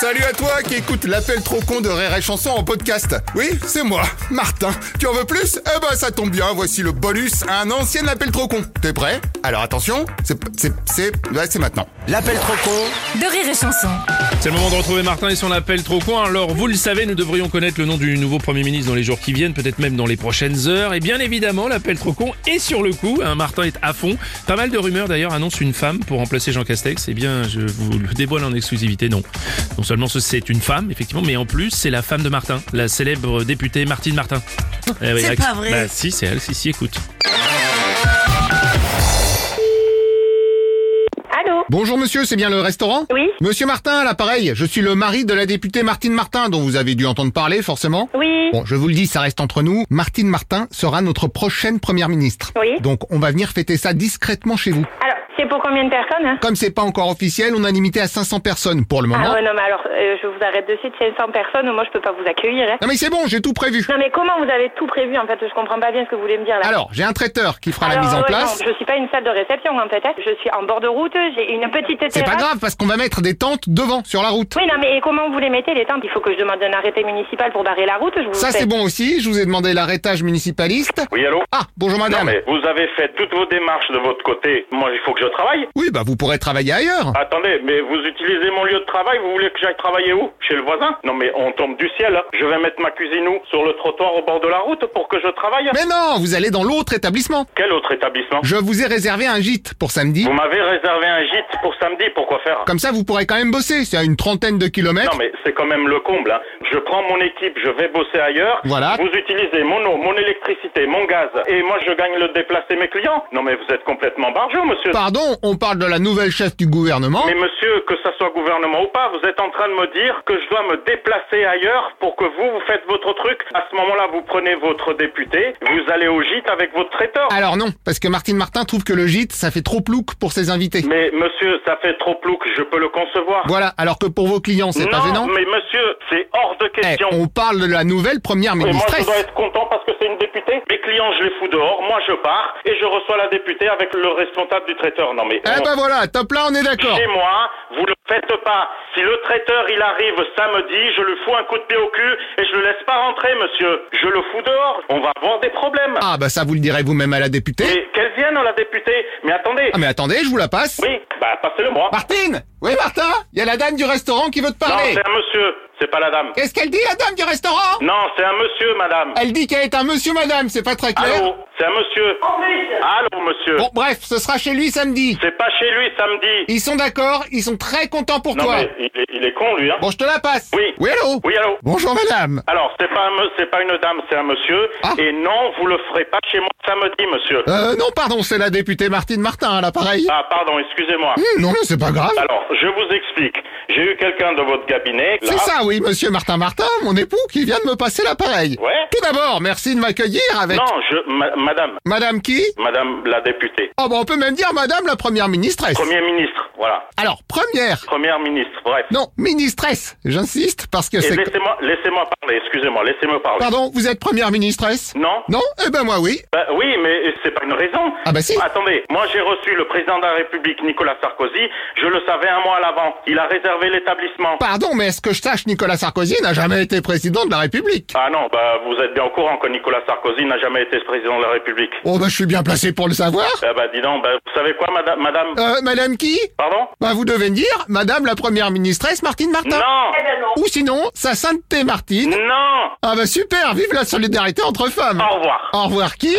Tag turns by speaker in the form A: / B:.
A: Salut à toi qui écoute l'appel trop con de Rire et Chanson en podcast. Oui, c'est moi, Martin. Tu en veux plus Eh ben ça tombe bien, voici le bonus à un ancien appel trop con. T'es prêt Alors attention, c'est c'est c'est ouais, c'est maintenant.
B: L'appel trop con
C: de rire et chanson.
D: C'est le moment de retrouver Martin et son appel trop coin. Alors, vous le savez, nous devrions connaître le nom du nouveau Premier ministre dans les jours qui viennent, peut-être même dans les prochaines heures. Et bien évidemment, l'appel trop con est sur le coup. hein, Martin est à fond. Pas mal de rumeurs d'ailleurs annoncent une femme pour remplacer Jean Castex. Eh bien, je vous le dévoile en exclusivité, non. Non seulement ce- c'est une femme, effectivement, mais en plus, c'est la femme de Martin, la célèbre députée Martine Martin. Eh oui,
C: C'est
D: avec-
C: pas vrai.
D: Bah si, c'est elle, si, si, écoute.
E: Allô
A: Bonjour monsieur, c'est bien le restaurant
E: Oui.
A: Monsieur Martin, à l'appareil, je suis le mari de la députée Martine Martin dont vous avez dû entendre parler forcément.
E: Oui.
A: Bon, je vous le dis, ça reste entre nous. Martine Martin sera notre prochaine première ministre.
E: Oui.
A: Donc on va venir fêter ça discrètement chez vous.
E: Alors, c'est pour combien de personnes hein
A: Comme c'est pas encore officiel, on a limité à 500 personnes pour le moment.
E: Ah ouais, non, mais alors, euh, je vous arrête de suite, c'est 100 personnes, moi je peux pas vous accueillir. Hein.
A: Non mais c'est bon, j'ai tout prévu.
E: Non, mais comment vous avez tout prévu en fait Je comprends pas bien ce que vous voulez me dire là.
A: Hein? Alors, j'ai un traiteur qui fera la
E: Alors,
A: mise en
E: ouais,
A: place.
E: non, je suis pas une salle de réception en fait. hein. Je suis en bord de route, j'ai une petite terrasse.
A: C'est pas grave parce qu'on va mettre des tentes devant sur la route.
E: Oui, non, mais et comment vous les mettez les tentes Il faut que je demande un arrêté municipal pour barrer la route. Je vous
A: Ça
E: fais-
A: c'est bon aussi, je vous ai demandé l'arrêtage municipaliste.
F: Oui, allô
A: Ah, bonjour
F: Non,
A: madame.
F: mais vous avez fait toutes vos démarches de votre côté. Moi, il faut que je travaille.
A: Oui, bah vous pourrez travailler ailleurs.
F: Attendez, mais vous utilisez mon lieu de travail, vous voulez que j'aille travailler où Chez le voisin Non, mais on tombe du ciel. hein. Je vais mettre ma cuisine où Sur le trottoir au bord de la route pour que je travaille
A: Mais non, vous allez dans l'autre établissement.
F: Quel autre établissement
A: Je vous ai réservé un gîte pour samedi.
F: Vous m'avez réservé un gîte pour samedi, pourquoi faire
A: Comme ça, vous pourrez quand même bosser. C'est à une trentaine de kilomètres.
F: Non, mais c'est quand même le comble. hein. Je prends mon équipe, je vais bosser ailleurs.
A: Voilà.
F: Vous utilisez mon eau, mon électricité, mon gaz. Et moi, je gagne le déplacer mes clients. Non, mais vous êtes complètement barjot, monsieur.
A: Pardon, on parle de la nouvelle chef du gouvernement.
F: Mais monsieur, que ça soit gouvernement ou pas, vous êtes en train de me dire que je dois me déplacer ailleurs pour que vous, vous faites votre truc. À ce moment-là, vous prenez votre député, vous allez au gîte avec votre traiteur.
A: Alors non, parce que Martine Martin trouve que le gîte, ça fait trop plouc pour ses invités.
F: Mais monsieur, ça fait trop plouc, je peux le concevoir.
A: Voilà, alors que pour vos clients, c'est
F: non,
A: pas gênant.
F: mais monsieur, c'est hors de
A: Eh,
F: question.
A: on parle de la nouvelle première
F: Et moi,
A: ministre.
F: je dois être content parce que c'est une députée. Mes clients, je les fous dehors. Moi, je pars et je reçois la députée avec le responsable du traiteur. Non, mais.
A: Eh
F: on-
A: ben voilà, top là, on est d'accord.
F: Chez moi, vous le faites pas. Si le traiteur il arrive samedi, je lui fous un coup de pied au cul et je le laisse pas rentrer, monsieur. Je le fous dehors. On va avoir des problèmes.
A: Ah bah ça, vous le direz vous-même à la députée.
F: Et qu'elle vienne, la députée. Mais attendez.
A: Ah mais attendez, je vous la passe.
F: Oui, bah passez-le moi.
A: Martine Oui, Martin Il y a la dame du restaurant qui veut te
F: Non,
A: parler.
F: c'est un monsieur. C'est pas la dame.
A: Qu'est-ce qu'elle dit, la dame du restaurant
F: Non, c'est un monsieur, madame.
A: Elle dit qu'elle est un monsieur, madame, c'est pas très clair.
F: Allô, c'est un monsieur. Allô, monsieur.
A: Ah, Bon, bref, ce sera chez lui samedi.
F: C'est pas chez lui samedi.
A: Ils sont d'accord, ils sont très contents pour
F: Non
A: toi.
F: mais il est, il est con lui, hein.
A: Bon, je te la passe.
F: Oui.
A: Oui, allô
F: Oui, allô.
A: Bonjour, madame.
F: Alors, c'est pas un me- c'est pas une dame, c'est un monsieur.
A: Ah.
F: Et non, vous le ferez pas chez moi samedi, monsieur.
A: Euh, non, pardon, c'est la députée Martine Martin à l'appareil.
F: Ah, pardon, excusez-moi.
A: Hmm, Non, mais c'est pas grave.
F: Alors, je vous explique. J'ai eu quelqu'un de votre cabinet. là.
A: C'est ça, oui, monsieur Martin Martin, mon époux, qui vient de me passer l'appareil.
F: Ouais.
A: Tout d'abord, merci de m'accueillir avec...
F: Non, je, ma- madame,
A: Madame qui
F: madame la députée,
A: Oh, bah, on peut même dire madame la première ministresse.
F: premier ministre, voilà,
A: Alors, première...
F: première ministre, bref.
A: Non, ministresse, j'insiste, parce que
F: Et
A: c'est...
F: laissez-moi, laissez-moi parler, excusez-moi, laissez-moi parler.
A: Pardon, vous êtes première ministresse
F: Non.
A: Non Eh ben moi oui.
F: Bah oui, mais c'est pas une raison.
A: Ah bah si.
F: Attendez, moi j'ai reçu le président de la République, Nicolas Sarkozy. Je le savais un mois à l'avant. Il a réservé l'établissement.
A: Pardon, mais est-ce que je sache, Nicolas Sarkozy n'a jamais été président de la République.
F: Ah non, bah vous êtes bien au courant que Nicolas Sarkozy n'a jamais été président de la République.
A: Oh ben je suis bien placé pour le savoir.
F: Ah bah dis donc, bah, vous savez quoi, madame, madame,
A: Euh, madame qui
F: pardon
A: Bah vous devez me dire, madame la première ministresse Martine Martin.
F: Eh Non,
A: Ou sinon, sa sainteté Martine.
F: non.
A: Ah bah super, vive la solidarité entre femmes.
F: Au revoir.
A: Au revoir qui